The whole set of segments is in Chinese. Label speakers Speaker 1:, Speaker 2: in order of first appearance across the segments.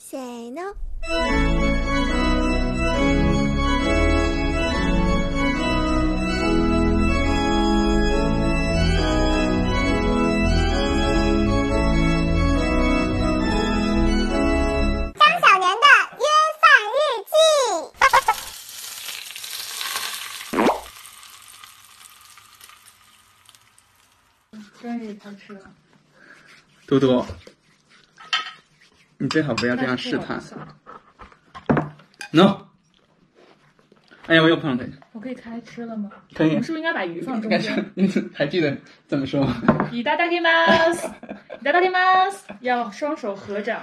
Speaker 1: 谁呢？张小年的约饭日记。
Speaker 2: 真是太吃了。
Speaker 3: 嘟嘟，你最好不要这样试探。No。哎呀，我又碰了它。
Speaker 2: 我可以开吃了吗？
Speaker 3: 可
Speaker 2: 我
Speaker 3: 以
Speaker 2: 们。是不是应该把鱼放中
Speaker 3: 感
Speaker 2: 间？
Speaker 3: 觉你还记得怎么说吗？
Speaker 2: いただきます，いただきます，要双手合掌。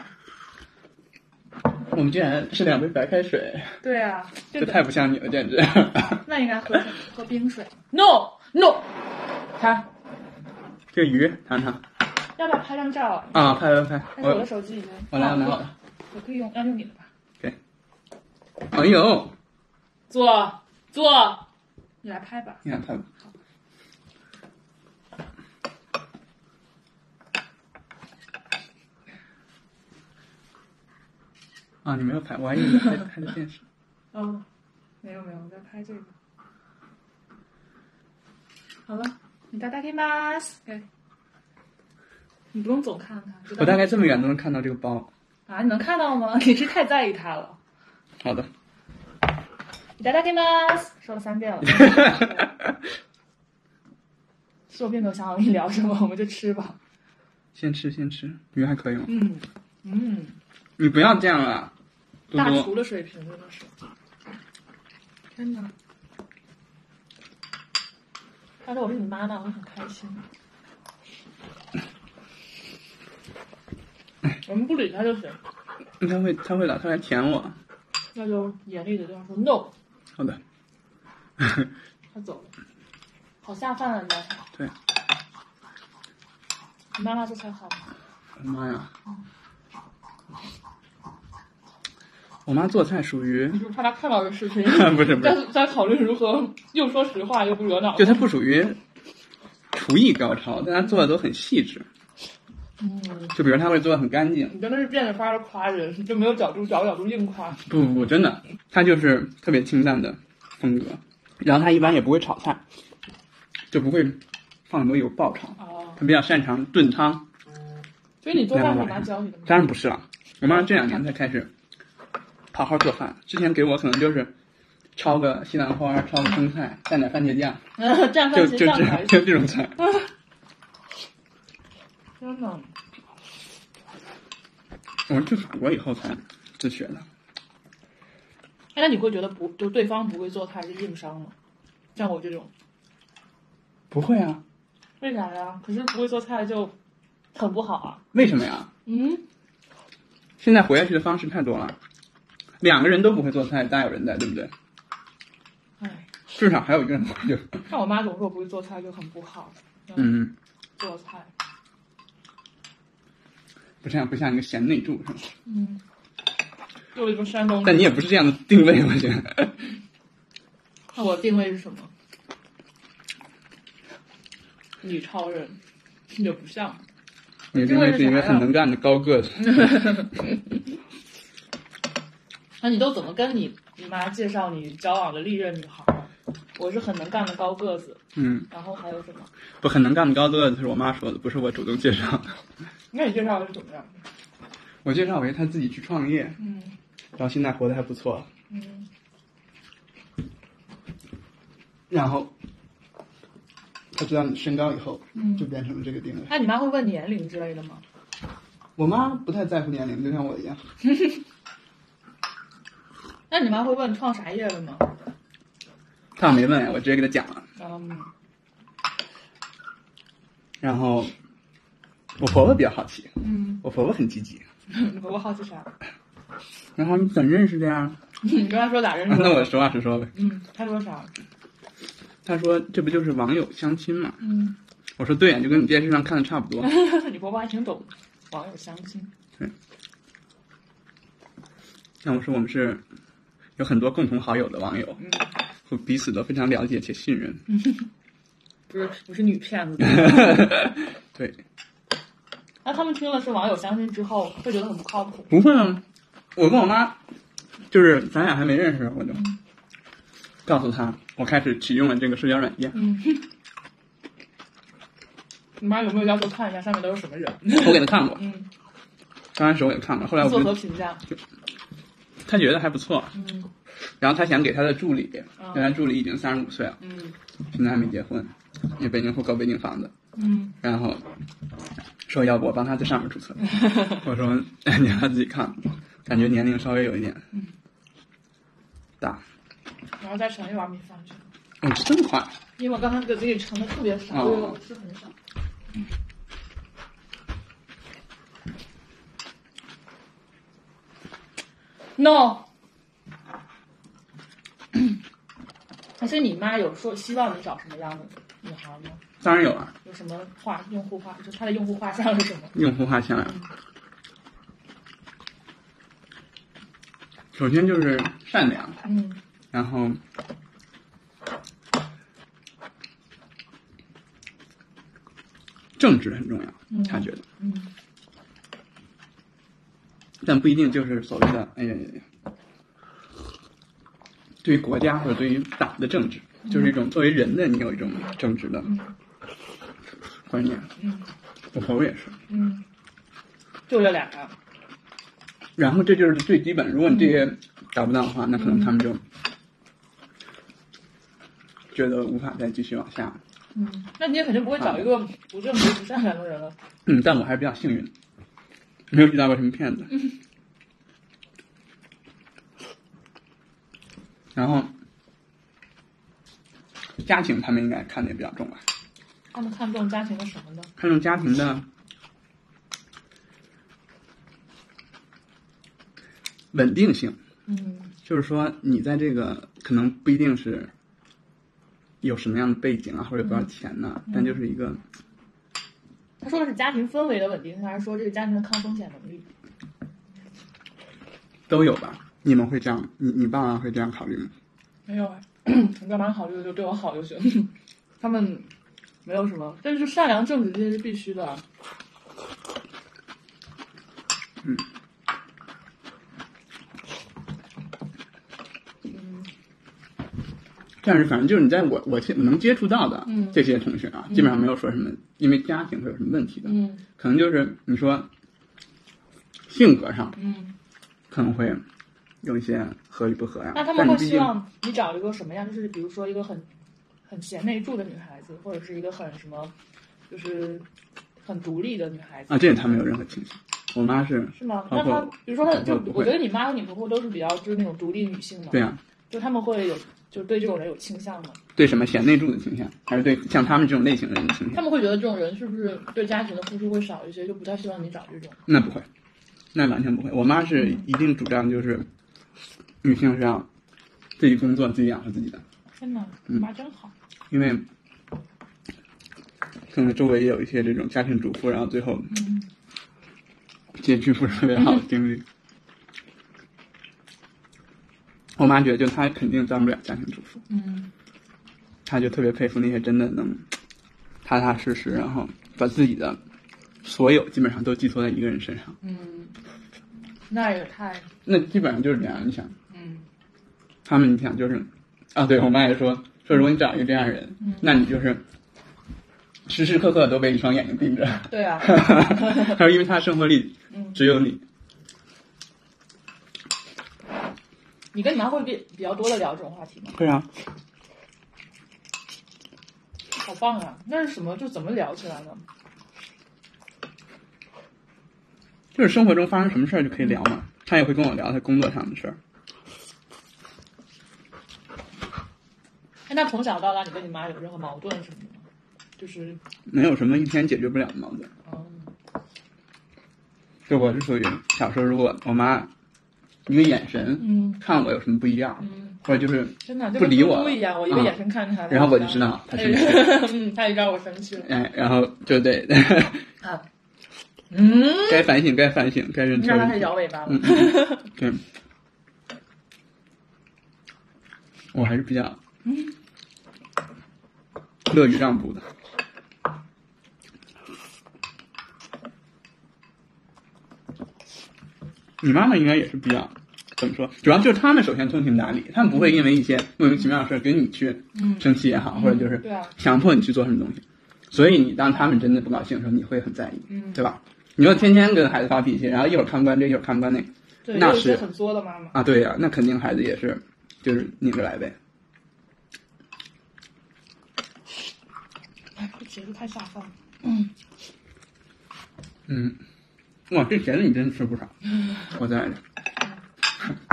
Speaker 3: 我们居然是两杯白开水，
Speaker 2: 对啊，这
Speaker 3: 这
Speaker 2: 个
Speaker 3: 太不像你了，简直。
Speaker 2: 那应该喝喝冰水。No No，
Speaker 3: 它， 这个鱼尝尝
Speaker 2: 要不要拍张照啊？
Speaker 3: 啊，拍拍拍，
Speaker 2: 但是我的
Speaker 3: 我
Speaker 2: 手机已经
Speaker 3: 我来我拿好了。
Speaker 2: 我可以用，要用你的吧？
Speaker 3: 哎呦，
Speaker 2: 坐坐，你来拍吧。
Speaker 3: 你看拍吧。啊，你没有拍，我还以为你拍拍的电 视。
Speaker 2: 哦，没有没有，我在拍这个。好了，你大大开吗？对，你不用总看它。就
Speaker 3: 我大概这么远都能看到这个包。
Speaker 2: 啊，你能看到吗？ 你是太在意它了。
Speaker 3: 好的。
Speaker 2: 你大大开吗？说了三遍了。其实我并没有想好跟你聊什么，我们就吃吧。
Speaker 3: 先吃先吃，鱼还可以吗？
Speaker 2: 嗯嗯，
Speaker 3: 你不要这样了，嘟
Speaker 2: 大
Speaker 3: 嘟。
Speaker 2: 厨的水平真的是，天哪！要是我是你妈妈，我会很开 心。我们不理他就行，
Speaker 3: 嗯他会他会老他来舔我。
Speaker 2: 那就严厉的对他说 no，
Speaker 3: 好的。
Speaker 2: 他走了，好下饭啊！你妈妈，
Speaker 3: 对，
Speaker 2: 你妈妈做菜好吗？
Speaker 3: 妈呀！
Speaker 2: 哦
Speaker 3: 我妈做菜属 于，
Speaker 2: 你是不是怕他看到这视 频
Speaker 3: 不是不
Speaker 2: 在
Speaker 3: 是，
Speaker 2: 在考虑如何又说实话又不惹恼？
Speaker 3: 就她不属于厨艺高超，但她做的都很细致。
Speaker 2: 嗯，
Speaker 3: 就比如她会做的很干净，
Speaker 2: 你真的是变着法儿的夸人，就没有角度找角度硬夸。
Speaker 3: 不不不，真的，她就是特别清淡的风格。然后她一般也不会炒菜，就不会放很多油爆炒，
Speaker 2: 哦，
Speaker 3: 她比较擅长炖汤。
Speaker 2: 所以你做饭是你妈教你的吗？
Speaker 3: 当然不是了，我妈这两年才开始好好做饭，之前给我可能就是焯个西兰花、焯个生菜，蘸点番茄酱，
Speaker 2: 嗯，这样
Speaker 3: 就
Speaker 2: 番
Speaker 3: 就
Speaker 2: 茄酱还
Speaker 3: 这
Speaker 2: 是
Speaker 3: 就这种菜。
Speaker 2: 真的，
Speaker 3: 我去法国以后才自学的，
Speaker 2: 哎，那你会觉得不就对方不会做菜是硬伤吗？像我这种，
Speaker 3: 不会啊？
Speaker 2: 为啥呀？可是不会做菜就很不好啊。
Speaker 3: 为什么呀？
Speaker 2: 嗯，
Speaker 3: 现在活下去的方式太多了，两个人都不会做菜，大有人在，对不对？
Speaker 2: 哎，
Speaker 3: 至少还有一个人会就
Speaker 2: 像我妈总说不会做菜就很不好，
Speaker 3: 嗯，
Speaker 2: 做菜，
Speaker 3: 不像不像一个贤内助是吧？
Speaker 2: 嗯，又一个山东。
Speaker 3: 但你也不是这样的定位，我觉得。
Speaker 2: 那我定位是什么？女超人，也不像。
Speaker 3: 你定位是一个很能干的高个子。
Speaker 2: 那你都怎么跟你你妈介绍你交往的历任女孩？我是很能干的高个子，
Speaker 3: 嗯，
Speaker 2: 然后还有什么？
Speaker 3: 不很能干的高个子是我妈说的，不是我主动介绍的。
Speaker 2: 那你介绍的是怎么样的？
Speaker 3: 我介绍我是他自己去创业，
Speaker 2: 嗯
Speaker 3: 然后现在活得还不错。
Speaker 2: 嗯，
Speaker 3: 然后他知道你身高以后，
Speaker 2: 嗯
Speaker 3: 就变成了这个定位。
Speaker 2: 那你妈会问年龄之类的吗？
Speaker 3: 我妈不太在乎年龄，就像我一样。
Speaker 2: 那你妈会问创啥业的吗？
Speaker 3: 她没问，我直接给她讲了。
Speaker 2: 嗯，
Speaker 3: 然后我婆婆比较好奇，
Speaker 2: 嗯，
Speaker 3: 我婆婆很积极。 啊
Speaker 2: 我好奇啥？
Speaker 3: 然后你怎么认识的呀？
Speaker 2: 你跟她说咋认识
Speaker 3: 那
Speaker 2: 的？
Speaker 3: 我实话实说呗。
Speaker 2: 嗯，她说啥？
Speaker 3: 她说这不就是网友相亲嘛？
Speaker 2: 嗯，
Speaker 3: 我说对呀、啊就跟你电视上看的差不多。
Speaker 2: 你婆婆还挺懂网友相亲。
Speaker 3: 像我说我们是有很多共同好友的网友，
Speaker 2: 嗯，
Speaker 3: 互彼此都非常了解且信任。
Speaker 2: 不是，不是女骗 子。
Speaker 3: 对，
Speaker 2: 那他们听了是网友相亲之后，会觉得很不靠谱。
Speaker 3: 不会啊，我跟我妈，就是咱俩还没认识，我就告诉她我开始启用了这个社交软 件，
Speaker 2: 嗯， 你妈有没有要求看一下上面都是什么人？
Speaker 3: 我给她看过，
Speaker 2: 嗯，
Speaker 3: 刚开始我给她看过，后来我
Speaker 2: 作
Speaker 3: 觉
Speaker 2: 何
Speaker 3: 得
Speaker 2: 评价？
Speaker 3: 她觉得还不错，
Speaker 2: 嗯
Speaker 3: 然后她想给她的助理，
Speaker 2: 啊
Speaker 3: 但她助理已经三十五岁了，
Speaker 2: 嗯
Speaker 3: 现在还没结婚，有北京户口、北京房子，
Speaker 2: 嗯，
Speaker 3: 然后说要不我帮她在上面注册，我说哎你让她自己看，感觉年龄稍微有一点
Speaker 2: 嗯
Speaker 3: 大，
Speaker 2: 然后再盛一碗米饭去。
Speaker 3: 哦，这么快，
Speaker 2: 因为我刚才给自己盛的特别少，
Speaker 3: 哦
Speaker 2: 所以我吃很少。no，而且你妈有说希望你找什么样的女孩吗？
Speaker 3: 当然有啊，
Speaker 2: 有什么画用户画，就她的用户画像是什么？
Speaker 3: 用户画像呀。首先就是善良，
Speaker 2: 嗯
Speaker 3: 然后正直很重要，
Speaker 2: 嗯
Speaker 3: 他觉得，
Speaker 2: 嗯
Speaker 3: 但不一定就是所谓的哎呀呀呀，对于国家或者对于党的正直，就是一种作为人的你有一种正直的
Speaker 2: 嗯
Speaker 3: 观念。
Speaker 2: 嗯
Speaker 3: 我朋友也是，
Speaker 2: 嗯，就这俩啊呀、
Speaker 3: 然后这就是最基本。如果你这些达不到的话，那可能他们就觉得无法再继续往下。
Speaker 2: 嗯，那你也肯定不会找一个不正直、不善良的人了。
Speaker 3: 嗯， 但我还是比较幸运的，没有遇到过什么骗子。然后家庭他们应该看的也比较重吧，
Speaker 2: 他们看重家庭的什么呢？
Speaker 3: 看重家庭的稳定性。
Speaker 2: 嗯
Speaker 3: 就是说你在这个可能不一定是有什么样的背景啊，或者有多少钱呢、但就是一个，
Speaker 2: 他说的是家庭氛围的稳定，还是说这个家庭的抗风险能力？
Speaker 3: 都有吧？你们会这样，你你爸妈会这样考虑吗？
Speaker 2: 没有啊， 你干嘛考虑就对我好就行。他们没有什么，但是就善良正直这些是必须的。啊
Speaker 3: 嗯
Speaker 2: 嗯
Speaker 3: 但是反正就是你在我我接我能接触到的
Speaker 2: 嗯
Speaker 3: 这些同学啊，基本上没有说什么因为家庭会有什么问题的，
Speaker 2: 嗯
Speaker 3: 可能就是你说性格上
Speaker 2: 嗯，
Speaker 3: 可能会有一些合与不合呀、
Speaker 2: 那他
Speaker 3: 但
Speaker 2: 们
Speaker 3: 你
Speaker 2: 会
Speaker 3: 毕
Speaker 2: 希
Speaker 3: 竟
Speaker 2: 望你找一个什么样？就是比如说一个很很贤内助的女孩子，或者是一个很什么，就是很独立的女孩子
Speaker 3: 啊，这他没有任何倾向。我妈是
Speaker 2: 是吗？那
Speaker 3: 包
Speaker 2: 她
Speaker 3: 括
Speaker 2: 比如说她
Speaker 3: 包括
Speaker 2: 就
Speaker 3: 不会
Speaker 2: 我觉得你妈和你婆婆都是比较就是那种独立女性嘛，
Speaker 3: 对啊，
Speaker 2: 就他们会有就对这种人有倾向嘛，
Speaker 3: 对什么贤内助的倾向，还是对像他们这种类型的人的倾向
Speaker 2: 他？们会觉得这种人是不是对家庭的付出会少一些，就不太希望你找这种。
Speaker 3: 那不会，那完全不会。我妈是
Speaker 2: 嗯
Speaker 3: 一定主张就是，女性是要自己工作、自己养活自己的，
Speaker 2: 天哪，
Speaker 3: 嗯
Speaker 2: 妈真好。
Speaker 3: 因为可能周围也有一些这种家庭主妇，然后最后
Speaker 2: 嗯
Speaker 3: 结局不是特别好的经历。 我妈觉得，就她肯定当不了家庭主妇，
Speaker 2: 嗯
Speaker 3: 她就特别佩服那些真的能踏踏实实，然后把自己的所有基本上都寄托在一个人身上。
Speaker 2: 嗯，那也太
Speaker 3: 那基本上就是这样，你想。
Speaker 2: 嗯
Speaker 3: 他们你想就是，啊，对我妈也说说，如果你找一个这样的人，
Speaker 2: 嗯
Speaker 3: 那你就是时时刻刻都被一双眼睛盯着。
Speaker 2: 对啊，
Speaker 3: 他说，因为他生活里
Speaker 2: 嗯，
Speaker 3: 只有你，
Speaker 2: 你跟你妈会比比较多的聊这种话题吗？
Speaker 3: 对啊，
Speaker 2: 好棒啊！那是什么？就怎么聊起来呢？
Speaker 3: 就是生活中发生什么事儿就可以聊嘛。他也会跟我聊他工作上的事儿，
Speaker 2: 哎，那从小到大你跟你妈有任何矛盾什么的吗？就是
Speaker 3: 没有什么一天解决不了的矛盾。
Speaker 2: 嗯
Speaker 3: 就我是属于小时候，如果我妈一个眼神
Speaker 2: 嗯
Speaker 3: 看我有什么不一样，
Speaker 2: 嗯，
Speaker 3: 或者就是，
Speaker 2: 真的就
Speaker 3: 不
Speaker 2: 跟
Speaker 3: 理
Speaker 2: 猪
Speaker 3: 我
Speaker 2: 猪一样，我一个
Speaker 3: 嗯
Speaker 2: 眼神看她，
Speaker 3: 然后我就知道她
Speaker 2: 她
Speaker 3: 生
Speaker 2: 就
Speaker 3: 气
Speaker 2: 知道， 嗯，她就知道我生气了
Speaker 3: 哎，然后就得
Speaker 2: 啊，嗯，
Speaker 3: 该反省，该反省，该认
Speaker 2: 你
Speaker 3: 错
Speaker 2: 让她
Speaker 3: 问
Speaker 2: 去
Speaker 3: 题。
Speaker 2: 摇尾巴吧
Speaker 3: 嗯，嗯嗯对，我还是比较
Speaker 2: 嗯
Speaker 3: 乐于让步的。你妈妈应该也是比较怎么说？主要就是他们首先通情达理，他们不会因为一些莫名其妙的事儿跟你去
Speaker 2: 嗯，
Speaker 3: 生气也好，或者就是
Speaker 2: 对啊，
Speaker 3: 强迫你去做什么东西。所以你当他们真的不高兴的时候，你会很在意，
Speaker 2: 嗯，
Speaker 3: 对吧？你要天天跟孩子发脾气，然后一会儿看不惯这，一会儿看不惯那个
Speaker 2: 对，
Speaker 3: 那
Speaker 2: 有一些
Speaker 3: 是
Speaker 2: 很作的妈妈，
Speaker 3: 啊，对呀、那肯定孩子也是就是拧着来呗。
Speaker 2: 哎，这茄子太下饭了。
Speaker 3: 嗯，哇，这甜的你真吃不少，我再来点。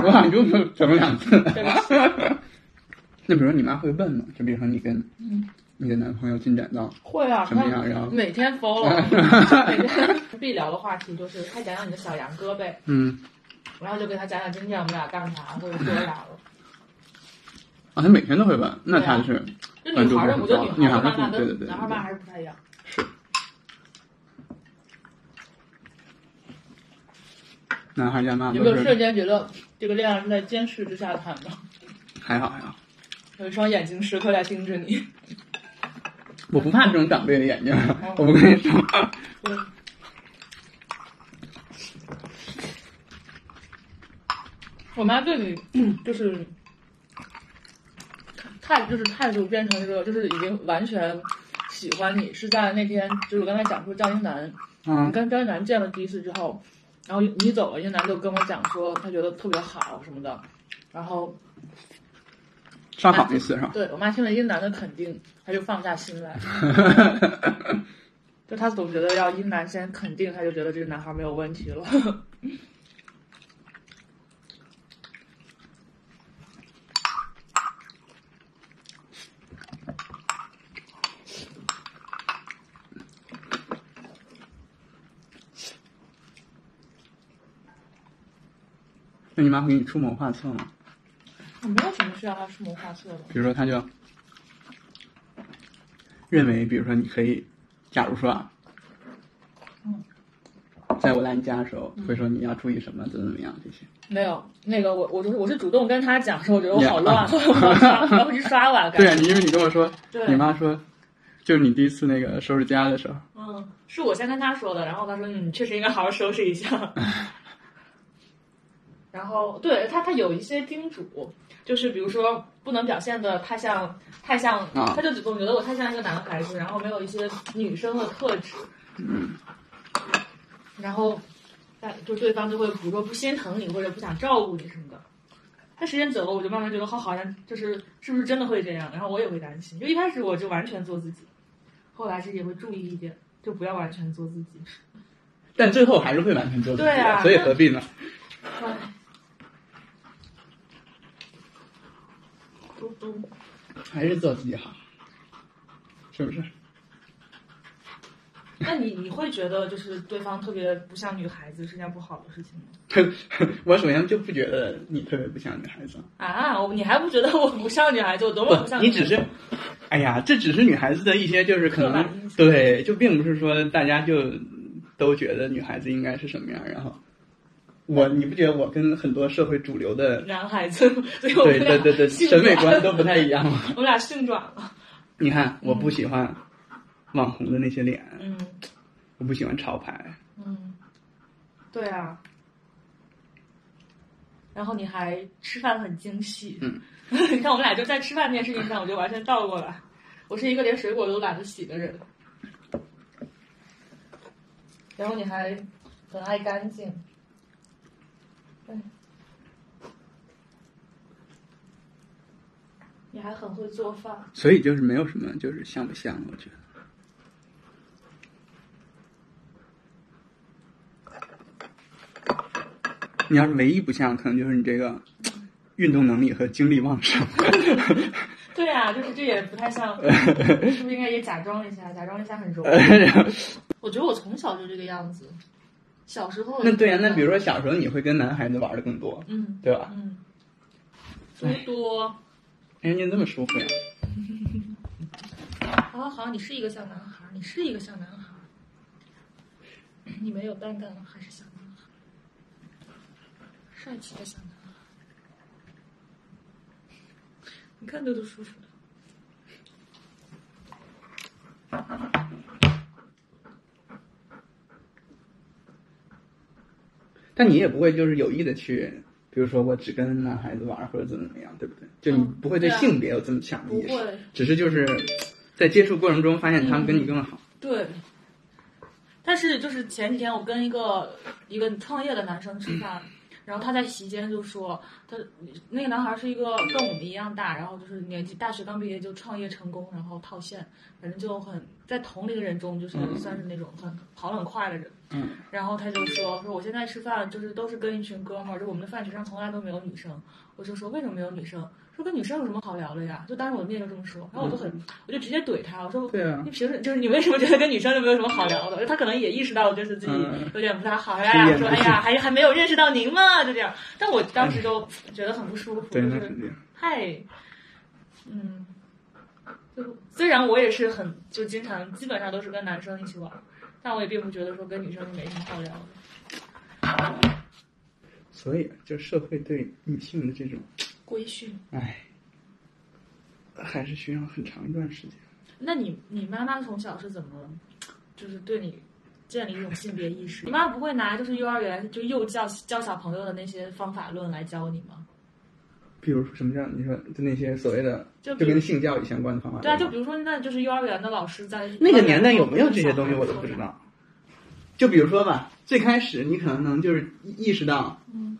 Speaker 3: 我好像就没有整两次。 那比如说你妈会问吗？就比如说你跟
Speaker 2: 嗯
Speaker 3: 你的男朋友进展到
Speaker 2: 会啊，
Speaker 3: 什么样，然后
Speaker 2: 每天 follow，每天必聊的话题就是快讲讲你的小杨哥呗，
Speaker 3: 嗯，
Speaker 2: 然后就给他讲讲今天我们俩干啥或者做啥了。
Speaker 3: 啊，他每天都会问，那他是
Speaker 2: 就女孩儿的，我觉得女孩儿的爸妈
Speaker 3: 嗯对对对
Speaker 2: 跟
Speaker 3: 对
Speaker 2: 男孩儿爸还是不太一样。
Speaker 3: 男孩家妈
Speaker 2: 有
Speaker 3: 都
Speaker 2: 没有
Speaker 3: 是
Speaker 2: 瞬间觉得这个恋爱是在监视之下谈的？
Speaker 3: 还好还好，
Speaker 2: 有一双眼睛时刻在盯着你。
Speaker 3: 我不怕这种长辈的眼睛，啊
Speaker 2: 哦
Speaker 3: 我不跟你说，
Speaker 2: 我妈对你就是态，就是态度变成这个，就是已经完全喜欢你，是在那天，就是我刚才讲说赵英男，你
Speaker 3: 嗯
Speaker 2: 跟赵英男见了第一次之后，然后你走了，英男就跟我讲说他觉得特别好什么的，然后
Speaker 3: 烧烤那次是吧？
Speaker 2: 对我妈听了英男的肯定，她就放下心来，就她总觉得要英男先肯定，她就觉得这个男孩没有问题了。
Speaker 3: 那你妈会给你出谋划策吗？
Speaker 2: 我啊没有什么需要他出谋划策的。
Speaker 3: 比如说，他就认为，比如说，你可以，假如说啊
Speaker 2: 嗯，
Speaker 3: 在我来你家的时候，会说你要注意什
Speaker 2: 嗯
Speaker 3: 么，怎么怎么样这些。
Speaker 2: 没有，那个我我就是我是主动跟他讲说，我觉得我好
Speaker 3: Yeah.
Speaker 2: 乱，我要回去刷碗。
Speaker 3: 对啊，你因为你跟我说，
Speaker 2: 对
Speaker 3: 你妈说，就是你第一次那个收拾家的时候，
Speaker 2: 嗯，是我先跟他说的，然后他说嗯，确实应该好好收拾一 下。然后对他他有一些叮嘱，就是比如说不能表现的太像太像，
Speaker 3: 啊
Speaker 2: 他就总觉得我太像一个男孩子，然后没有一些女生的特质。
Speaker 3: 嗯，
Speaker 2: 然后，但就对方就会比如说不心疼你或者不想照顾你什么的。但时间久了，我就慢慢觉得好，好像就是是不是真的会这样？然后我也会担心。就一开始我就完全做自己，后来是也会注意一点，就不要完全做自己。
Speaker 3: 但最后还是会完全做自己
Speaker 2: 对啊
Speaker 3: 的，所以何必呢？
Speaker 2: 唉嘟嘟，
Speaker 3: 还是做自己好，是不是？
Speaker 2: 那你你会觉得就是对方特别不像女孩子是件不好的事情吗？
Speaker 3: 我首先就不觉得你特别不像女孩子，
Speaker 2: 啊，我你还不觉得我不像女孩子，我多么不像
Speaker 3: 你
Speaker 2: 女孩子？
Speaker 3: 只是， 哎呀，这只是女孩子的一些就是可
Speaker 2: 刻
Speaker 3: 能
Speaker 2: 板印象
Speaker 3: 对，就并不是说大家就都觉得女孩子应该是什么样。然后我，你不觉得我跟很多社会主流的
Speaker 2: 男孩子，所 以我
Speaker 3: 对
Speaker 2: 们俩
Speaker 3: 对对对
Speaker 2: 性
Speaker 3: 审美
Speaker 2: 转
Speaker 3: 观都不太一样吗？
Speaker 2: 我们俩性转了。
Speaker 3: 你看，我不喜欢网红的那些脸，
Speaker 2: 嗯
Speaker 3: 我不喜欢潮牌，
Speaker 2: 嗯，对啊。然后你还吃饭很精细。
Speaker 3: 嗯，
Speaker 2: 你看我们俩就在吃饭这件事情上，我就完全倒过来。我是一个连水果都懒得洗的人。然后你还很爱干净。哎对。你还很会做饭。
Speaker 3: 所以就是没有什么就是像不像，我觉得。你要是唯一不像，可能就是你这个运动能力和精力旺盛。
Speaker 2: 对啊，就是这也不太像，是不是应该也假装一下？假装一下很柔。我觉得我从小就这个样子，小时候
Speaker 3: 那对啊呀、那比
Speaker 2: 如
Speaker 3: 如说小时候你会跟男孩子玩的更多，
Speaker 2: 嗯
Speaker 3: 对吧？
Speaker 2: 嗯，多多，
Speaker 3: 哎，您这么舒服呀？
Speaker 2: 啊好好好，你是一个小男孩，你是一个小男孩， 你没有蛋蛋了，还是小男孩，帅气的小男孩， 你看多多舒服。
Speaker 3: 但你也不会就是有意的去，比如说我只跟男孩子玩儿或者怎么怎么样，对不对？就你
Speaker 2: 嗯
Speaker 3: 不会对
Speaker 2: 对啊
Speaker 3: 性别有这么强的
Speaker 2: 哦不
Speaker 3: 意识，
Speaker 2: 会，
Speaker 3: 只是就是在接触过程中发现他们跟你更好。
Speaker 2: 对。但是就是前几天我跟一个一个创业的男生吃饭，然后他在席间就说，他那个男孩是一个跟我们一样大，然后就是年纪大学刚毕业就创业成功，然后套现，反正就很在同龄人中就是
Speaker 3: 嗯
Speaker 2: 算是那种很跑得很快的人。
Speaker 3: 嗯
Speaker 2: 然后他就说说我现在吃饭就是都是跟一群哥们儿，就我们的饭局上从来都没有女生。我就说为什么没有女生？说跟女生有什么好聊的呀？就当着我的面就这么说，然后我就很
Speaker 3: 嗯
Speaker 2: 我就直接怼他，我说
Speaker 3: 对啊，
Speaker 2: 你平时就是你为什么觉得跟女生就没有什么好聊的？他可能也意识到就是自己
Speaker 3: 嗯
Speaker 2: 有点不太好
Speaker 3: 经
Speaker 2: 呀，
Speaker 3: 验
Speaker 2: 说
Speaker 3: 不
Speaker 2: 哎
Speaker 3: 足
Speaker 2: 呀还还没有认识到您嘛，就这样。但我当时就觉得很不舒服，
Speaker 3: 对，
Speaker 2: 就
Speaker 3: 那
Speaker 2: 是
Speaker 3: 肯定。
Speaker 2: 太，嗯，就虽然我也是很就经常基本上都是跟男生一起玩，但我也并不觉得说跟女生就没什么好聊的。
Speaker 3: 所以，就社会对女性的这种，
Speaker 2: 规训？
Speaker 3: 唉，还是需要很长一段时间。
Speaker 2: 那你你妈妈从小是怎么，就是对你建立一种性别意识？你妈不会拿就是幼儿园就幼教教小朋友的那些方法论来教你吗？
Speaker 3: 比如说什么叫你说就那些所谓的，
Speaker 2: 就比
Speaker 3: 就
Speaker 2: 如
Speaker 3: 跟性教育相关的方法。
Speaker 2: 对啊，就比如说那就是幼儿园的老师在
Speaker 3: 那个年代有没有这些东西，我都不知。道。就比如说吧，最开始你可能能就是意识到
Speaker 2: 嗯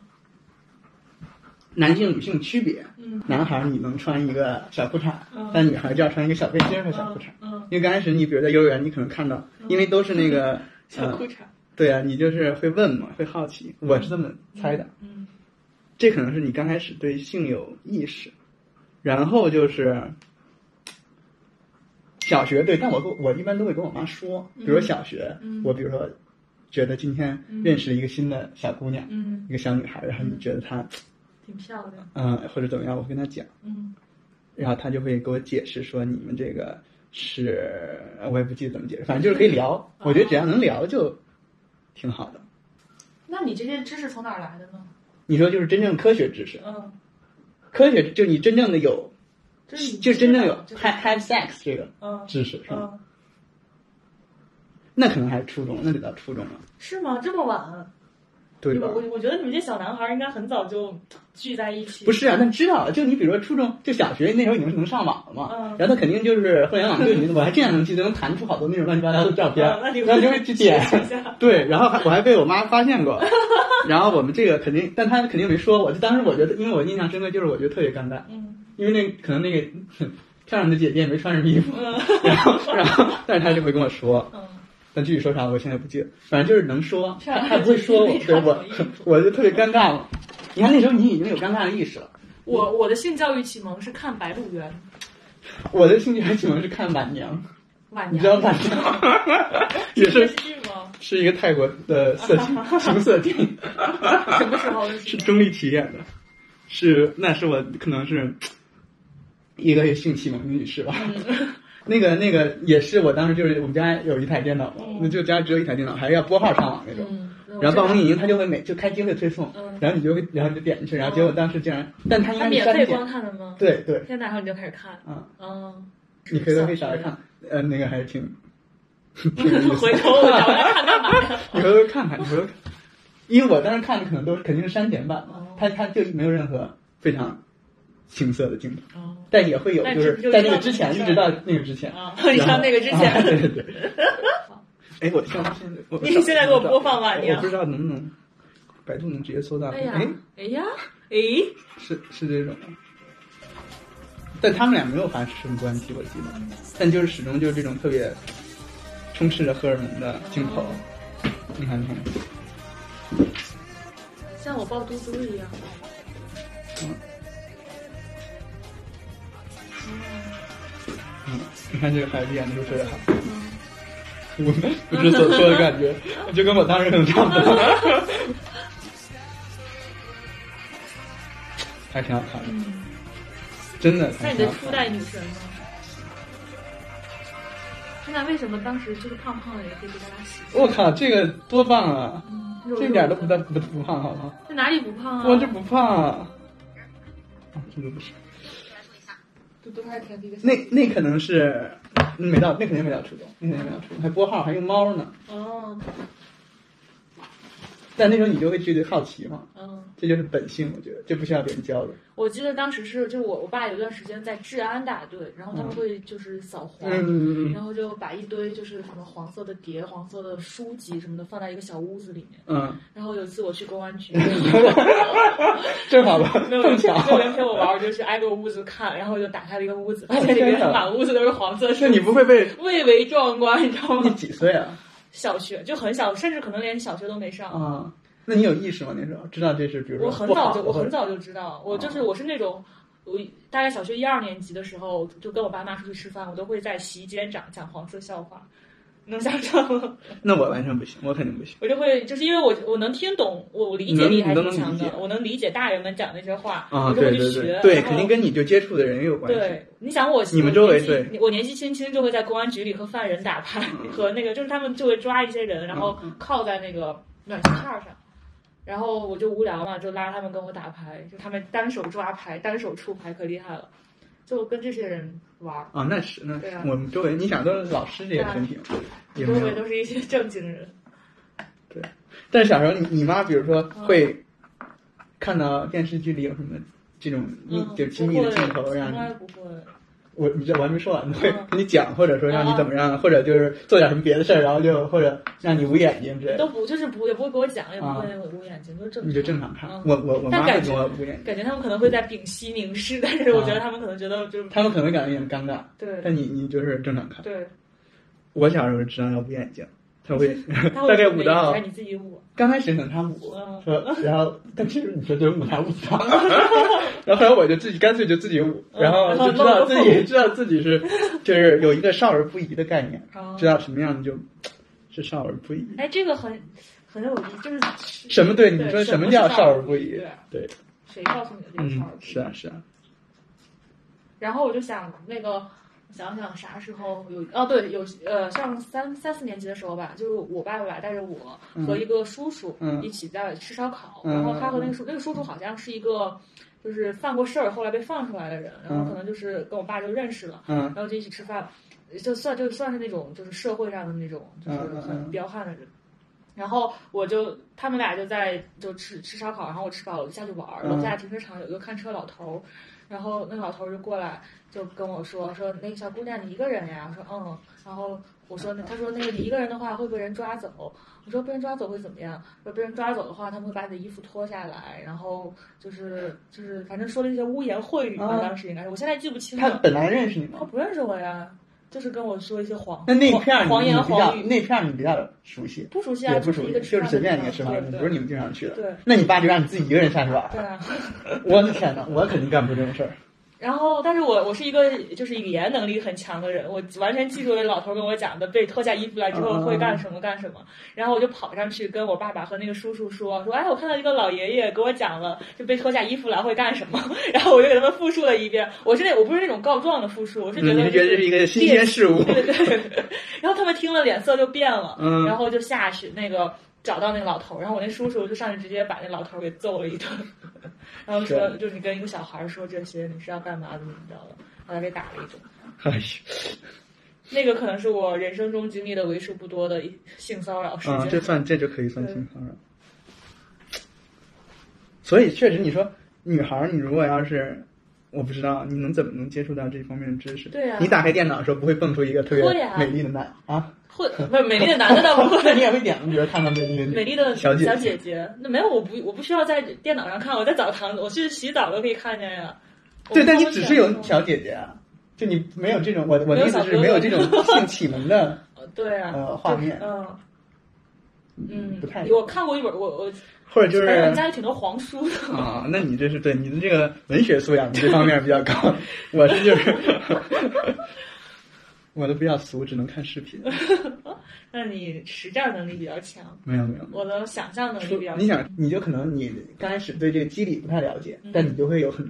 Speaker 3: 男性女性区别，
Speaker 2: 嗯
Speaker 3: 男孩儿你能穿一个小裤衩
Speaker 2: 嗯，
Speaker 3: 但女孩儿就要穿一个小背心儿和小裤
Speaker 2: 嗯
Speaker 3: 衩。
Speaker 2: 嗯，
Speaker 3: 因为刚开始你比如在幼儿园，你可能看到，因为都是那个
Speaker 2: 小裤
Speaker 3: 呃，
Speaker 2: 衩。
Speaker 3: 对啊，你就是会问嘛，会好奇，我是这么猜的。
Speaker 2: 嗯
Speaker 3: 这可能是你刚开始对性有意识，然后就是小学对，但我跟我一般都会跟我妈说，比如小学，
Speaker 2: 嗯
Speaker 3: 我比如说觉得今天
Speaker 2: 嗯
Speaker 3: 认识了一个新的小姑娘，
Speaker 2: 嗯，
Speaker 3: 一个小女孩，然后你
Speaker 2: 嗯
Speaker 3: 觉得她
Speaker 2: 挺漂亮。
Speaker 3: 嗯、或者怎么样，我跟她讲，
Speaker 2: 嗯
Speaker 3: 然后她就会给我解释说你们这个是，我也不记得怎么解释，反正就是可以聊，我觉得只要能聊就挺好的。，
Speaker 2: 那你这些知识从哪儿来的呢？
Speaker 3: 你说就是真正科学知识，
Speaker 2: 嗯，
Speaker 3: 科学就你真正的有
Speaker 2: 这是你
Speaker 3: 就真正有
Speaker 2: 嗯知道
Speaker 3: have have sex 这个
Speaker 2: 嗯
Speaker 3: 知识是吧？
Speaker 2: 嗯，
Speaker 3: 那可能还是初中，那得到初中了，
Speaker 2: 是吗？这么晚？
Speaker 3: 对吧
Speaker 2: 我？我我觉得你们这小男孩儿应该很早就聚在一起。
Speaker 3: 不是啊，那知道了，就你比如说初中，就小学那时候已经能上网了嘛，
Speaker 2: 嗯
Speaker 3: 然后他肯定就是互联网对你，我还这样能记得能弹出好多那种乱七 八糟的照片，
Speaker 2: 嗯那你
Speaker 3: 然后就会去点
Speaker 2: 试一下，
Speaker 3: 对，然后还我还被我妈发现过， 然后我们这个肯定，但她肯定没说我，就当时我觉得，因为我印象深刻，就是我觉得特别尴尬，
Speaker 2: 嗯
Speaker 3: 因为那可能那个 漂亮的姐姐也没穿什么衣服，
Speaker 2: 嗯
Speaker 3: 然后 然后但是她就会跟我说，
Speaker 2: 嗯，
Speaker 3: 但具体说啥我现在不记得，反正就是能说，
Speaker 2: 是啊
Speaker 3: 但他不会说我，
Speaker 2: 就是
Speaker 3: 对
Speaker 2: 没啥
Speaker 3: 我
Speaker 2: 什么意思，
Speaker 3: 我就特别尴尬了。你看那时候你已经有尴尬的意识了，
Speaker 2: 我我的性教育启蒙是看《白鹿原》。
Speaker 3: 我的兴趣还启蒙是看《晚娘
Speaker 2: 晚》，
Speaker 3: 你知道《
Speaker 2: 娘
Speaker 3: 晚娘》 也是
Speaker 2: 剧吗？
Speaker 3: 是一个泰国的 色情情色电影，
Speaker 2: 什么时候的
Speaker 3: 是
Speaker 2: 剧？
Speaker 3: 钟丽缇演的，是那是我可能是一个性启蒙的女士吧。
Speaker 2: 嗯
Speaker 3: 那个那个也是我当时就是我们家有一台电脑嘛，那就家只有一台电脑，还要拨号上网那种。
Speaker 2: 嗯，
Speaker 3: 然后办公运营它就会每就开机会推送，
Speaker 2: 嗯
Speaker 3: 然后你就会然后你就点进去，然后结果当时竟然，但它应
Speaker 2: 他
Speaker 3: 该是
Speaker 2: 免费
Speaker 3: 删
Speaker 2: 观
Speaker 3: 减，
Speaker 2: 看的吗？
Speaker 3: 对对，
Speaker 2: 天哪，然后你就开始看，
Speaker 3: 啊，
Speaker 2: 嗯，
Speaker 3: 你回头可以找来看，呃，那个还是挺，挺有意思
Speaker 2: 回头我找来看干嘛呀？
Speaker 3: 你回头看看，你回头看，因为我当时看的可能都是肯定是删减版嘛
Speaker 2: 哦，
Speaker 3: 它它就没有任何非常情色的镜头，
Speaker 2: 哦
Speaker 3: 但也会有
Speaker 2: 但
Speaker 3: 就是是
Speaker 2: 就
Speaker 3: 在
Speaker 2: 知
Speaker 3: 那
Speaker 2: 道
Speaker 3: 个之前
Speaker 2: 这
Speaker 3: 一
Speaker 2: 个
Speaker 3: 直到那个之前，
Speaker 2: 啊，你上那个之
Speaker 3: 然后啊
Speaker 2: 前，
Speaker 3: 对对 对。哎，我现在现在我
Speaker 2: 你现在给我播放吧
Speaker 3: 我
Speaker 2: 你啊
Speaker 3: 我不知道能不能，百度能直接搜到，
Speaker 2: 哎呀
Speaker 3: 哎。，
Speaker 2: 哎呀，哎。
Speaker 3: 是是这种。但他们俩没有发生什么关系，我记得，但就是始终就是这种特别充斥着荷尔蒙的镜头。你看，你看，
Speaker 2: 像我抱嘟嘟一样。
Speaker 3: 嗯嗯，你看这个孩子演的就特别好，我们不知所措的感觉，就跟我当时可能差不多，还挺好看的，
Speaker 2: 嗯，
Speaker 3: 真的。
Speaker 2: 那
Speaker 3: 还
Speaker 2: 你
Speaker 3: 挺
Speaker 2: 的
Speaker 3: 好
Speaker 2: 初
Speaker 3: 看
Speaker 2: 代女神呢？天呐，为什么当时就是胖胖的也可以被大家喜欢？
Speaker 3: 我靠，这个多棒啊！
Speaker 2: 肉肉
Speaker 3: 这一点都不大不不胖，好吗？
Speaker 2: 这哪里不胖啊？
Speaker 3: 我这不胖啊，啊，这个不是，
Speaker 2: 嘟嘟还挺这个小
Speaker 3: 那那可能是嗯没到，嗯那肯定没到初中，那肯定没到初中，还拨号还用猫呢。
Speaker 2: 哦，
Speaker 3: 但那时候你就会去好奇嘛，
Speaker 2: 嗯，
Speaker 3: 这就是本性，我觉得这不需要别人教的。
Speaker 2: 我记得当时是就我我爸有段时间在治安大队，然后他们
Speaker 3: 嗯
Speaker 2: 会就是扫黄，
Speaker 3: 嗯嗯
Speaker 2: 然后就把一堆就是什么黄色的碟、黄色的书籍什么的放在一个小屋子里面。
Speaker 3: 嗯，
Speaker 2: 然后有一次我去公安 局，
Speaker 3: 正好吧，
Speaker 2: 没有
Speaker 3: 碰
Speaker 2: 人
Speaker 3: 巧。
Speaker 2: 没有人陪我玩，我就是挨个屋子看，然后就打开了一个屋子，
Speaker 3: 哦
Speaker 2: 发现里面
Speaker 3: 真的
Speaker 2: 满屋子都是黄色书
Speaker 3: 那你不会被
Speaker 2: 蔚为壮观，你知道
Speaker 3: 你
Speaker 2: 吗？
Speaker 3: 几岁啊？
Speaker 2: 小学就很小，甚至可能连小学都没上。
Speaker 3: 啊，那你有意识吗？那时候知道这是，比如说
Speaker 2: 我很
Speaker 3: 不啊
Speaker 2: 早
Speaker 3: 好
Speaker 2: 就
Speaker 3: 的
Speaker 2: 我很
Speaker 3: 或者
Speaker 2: 早就知道，我就是我是那种，我大概小学一二年级的时候，就跟我爸妈出去吃饭，我都会在洗衣间讲讲黄色笑话，能想象吗？
Speaker 3: 那我完全不行，我肯定不行。
Speaker 2: 我就会就是因为我我能听懂，我我理解
Speaker 3: 能
Speaker 2: 力还
Speaker 3: 你都
Speaker 2: 挺
Speaker 3: 能
Speaker 2: 强
Speaker 3: 理
Speaker 2: 的
Speaker 3: 解，
Speaker 2: 我能理解大人们讲那些话，
Speaker 3: 啊，
Speaker 2: 我就会
Speaker 3: 对
Speaker 2: 去
Speaker 3: 对
Speaker 2: 学，
Speaker 3: 对
Speaker 2: 然，
Speaker 3: 对，
Speaker 2: 后
Speaker 3: 肯定跟你就接触的人也有关系。
Speaker 2: 对，你想我
Speaker 3: 你们
Speaker 2: 我
Speaker 3: 周围
Speaker 2: 年纪
Speaker 3: 对嗯
Speaker 2: 我年纪轻轻就会在公安局里和犯人打牌，和那个就是他们就会抓一些人，然后靠在那个暖气片儿上，然后我就无聊嘛，就拉他们跟我打牌，就他们单手抓牌，单手出牌可厉害了，就跟这些人玩儿，
Speaker 3: 啊，那是那
Speaker 2: 对
Speaker 3: 是
Speaker 2: 啊
Speaker 3: 我们周围，你想都是老师这些群体嘛，也
Speaker 2: 周
Speaker 3: 没
Speaker 2: 围
Speaker 3: 有。
Speaker 2: 都是一些正经人，
Speaker 3: 但是小时候你你妈，比如说
Speaker 2: 嗯
Speaker 3: 会看到电视剧里有什么这种一
Speaker 2: 嗯，
Speaker 3: 就亲
Speaker 2: 不
Speaker 3: 密的
Speaker 2: 会
Speaker 3: 镜头，让
Speaker 2: 从来
Speaker 3: 你
Speaker 2: 不会，
Speaker 3: 我你这我还没说完呢，会
Speaker 2: 嗯
Speaker 3: 跟你讲，或者说让你怎么样，或者就是做点什么别的事儿，然后就或者让你捂眼睛之类的，
Speaker 2: 都不就是不也不会给我讲，也不
Speaker 3: 啊
Speaker 2: 会捂眼睛，就正常，
Speaker 3: 你就正常看
Speaker 2: 嗯。
Speaker 3: 我我我妈
Speaker 2: 但
Speaker 3: 会
Speaker 2: 感
Speaker 3: 给
Speaker 2: 觉
Speaker 3: 我捂眼睛，
Speaker 2: 感觉他们可能会在屏息凝视，但是我
Speaker 3: 啊
Speaker 2: 觉得他们可能觉得就是
Speaker 3: 他们可能感觉有点尴尬，
Speaker 2: 对
Speaker 3: 但你你就是正常看。
Speaker 2: 对，
Speaker 3: 我小时候知道要捂眼睛，他会
Speaker 2: 他会
Speaker 3: 大概
Speaker 2: 捂
Speaker 3: 捂到
Speaker 2: 还是你自己捂？
Speaker 3: 刚开始等他捂
Speaker 2: 嗯，
Speaker 3: 说然后但是你说这捂他捂 他，然后后来我就自己干脆就自己捂，
Speaker 2: 嗯
Speaker 3: 然后
Speaker 2: 然后
Speaker 3: 就知道
Speaker 2: 弄个
Speaker 3: 自己知道自己是就是有一个少儿不宜的概念，
Speaker 2: 哦
Speaker 3: 知道什么样就是少儿不宜，
Speaker 2: 哎，这个很很有意思，就是
Speaker 3: 什么对你说
Speaker 2: 什
Speaker 3: 什么叫
Speaker 2: 是
Speaker 3: 少儿
Speaker 2: 不
Speaker 3: 不宜？
Speaker 2: 对，
Speaker 3: 对，
Speaker 2: 谁告诉你的这个
Speaker 3: 嗯
Speaker 2: 少儿，不宜
Speaker 3: 是啊是啊，
Speaker 2: 然后我就想那个。想想啥时候有哦，对，有呃，上三三四年级的时候吧，就是我爸爸带着我和
Speaker 3: 嗯
Speaker 2: 一个叔叔
Speaker 3: 嗯
Speaker 2: 一起在吃烧烤，
Speaker 3: 嗯
Speaker 2: 然后他和那个叔那个叔叔好像是一个就是犯过事儿，后来被放出来的人，然后可能就是跟我爸就认识了，
Speaker 3: 嗯
Speaker 2: 然后就一起吃饭，就算就算是那种就是社会上的那种就是
Speaker 3: 嗯嗯
Speaker 2: 很
Speaker 3: 嗯
Speaker 2: 彪悍的人。然后我就他们俩就在就吃吃烧烤，然后我吃饱了我就下去玩儿。
Speaker 3: 嗯
Speaker 2: 楼下停车场有一个看车老头儿，然后那个老头儿就过来就跟我说说那个小姑娘你一个人呀？我说嗯。然后我说那他说那个你一个人的话会被人抓走。我说被人抓走会怎么样？说被人抓走的话，他们会把你的衣服脱下来，然后就是就是反正说了一些污言秽语吧，
Speaker 3: 啊
Speaker 2: 当时应该是我现在记不清
Speaker 3: 他
Speaker 2: 了。
Speaker 3: 本来认识你
Speaker 2: 他
Speaker 3: 吗？
Speaker 2: 哦不认识我呀，就是跟我说一些谎
Speaker 3: 那那一片儿
Speaker 2: 谎谎言
Speaker 3: 你你比较
Speaker 2: 谎语，
Speaker 3: 那片儿你比较熟悉，
Speaker 2: 不熟悉啊，
Speaker 3: 也不
Speaker 2: 就是
Speaker 3: 熟
Speaker 2: 一
Speaker 3: 悉，
Speaker 2: 个
Speaker 3: 就是随便一个吃
Speaker 2: 饭
Speaker 3: 饭
Speaker 2: 的地
Speaker 3: 的地
Speaker 2: 方
Speaker 3: 方，不是你们经常去的。
Speaker 2: 对
Speaker 3: 那你爸就让你自己一个人下去玩
Speaker 2: 对
Speaker 3: 儿，
Speaker 2: 啊。
Speaker 3: 我的天哪，我肯定干不出这种事儿。
Speaker 2: 然后，但是我我是一个就是语言能力很强的人，我完全记住了老头跟我讲的被脱下衣服来之
Speaker 3: 嗯
Speaker 2: 后会干什么干什么。然后我就跑上去跟我爸爸和那个叔叔说说，哎，我看到一个老爷爷给我讲了，就被脱下衣服来会干什么。 然后我就给他们复述了一遍，我是那我不是那种告状的复述，我是觉
Speaker 3: 嗯你
Speaker 2: 得
Speaker 3: 们觉得这是一个新鲜事物？
Speaker 2: 对对。然后他们听了脸色就变了，
Speaker 3: 嗯
Speaker 2: 然后就下去那个找到那个老头儿，然后我那叔叔就上去直接把那老头儿给揍了一 顿，然后说就是你跟一个小孩儿说这些你是要干嘛怎么怎么着的，把他给打了一顿。
Speaker 3: 哎呦，
Speaker 2: 那个可能是我人生中经历的为数不多的一性骚扰事
Speaker 3: 啊，
Speaker 2: 件。
Speaker 3: 这算这就可以算性骚扰。所以确实，你说女孩儿，你如果要是我不知道，你能怎么能接触到这方面的知识？
Speaker 2: 对啊
Speaker 3: 你打开电脑的时候不会蹦出一个特别
Speaker 2: 会啊
Speaker 3: 美丽的男啊？
Speaker 2: 会不是美丽的男的倒不
Speaker 3: 那你
Speaker 2: 会。
Speaker 3: 也会点，比如看到美丽的女
Speaker 2: 美丽的
Speaker 3: 小姐
Speaker 2: 姐那没有，我不我不需要在电脑上看，我在澡堂，我去洗澡都可以看见呀。
Speaker 3: 对，
Speaker 2: 我
Speaker 3: 但
Speaker 2: 不挑
Speaker 3: 你只
Speaker 2: 选
Speaker 3: 是有
Speaker 2: 那种
Speaker 3: 小姐姐啊，就你没有这种，我我
Speaker 2: 没有
Speaker 3: 的意思
Speaker 2: 小哥
Speaker 3: 是
Speaker 2: 哥
Speaker 3: 没有这种 性启蒙的，
Speaker 2: 对啊，
Speaker 3: 呃画面
Speaker 2: 嗯嗯，
Speaker 3: 不太
Speaker 2: 我看过一本，我我
Speaker 3: 或者就是
Speaker 2: 反正我们家里挺多黄书的，
Speaker 3: 啊，那你这是对你的这个文学素养这方面比较高，我是就是，我都比较俗，只能看视频。
Speaker 2: 那你实战能力比较强，
Speaker 3: 没有没有，
Speaker 2: 我的想象能力比较
Speaker 3: 你想，你就可能你刚开始对这个机理不太了解，但你就会有很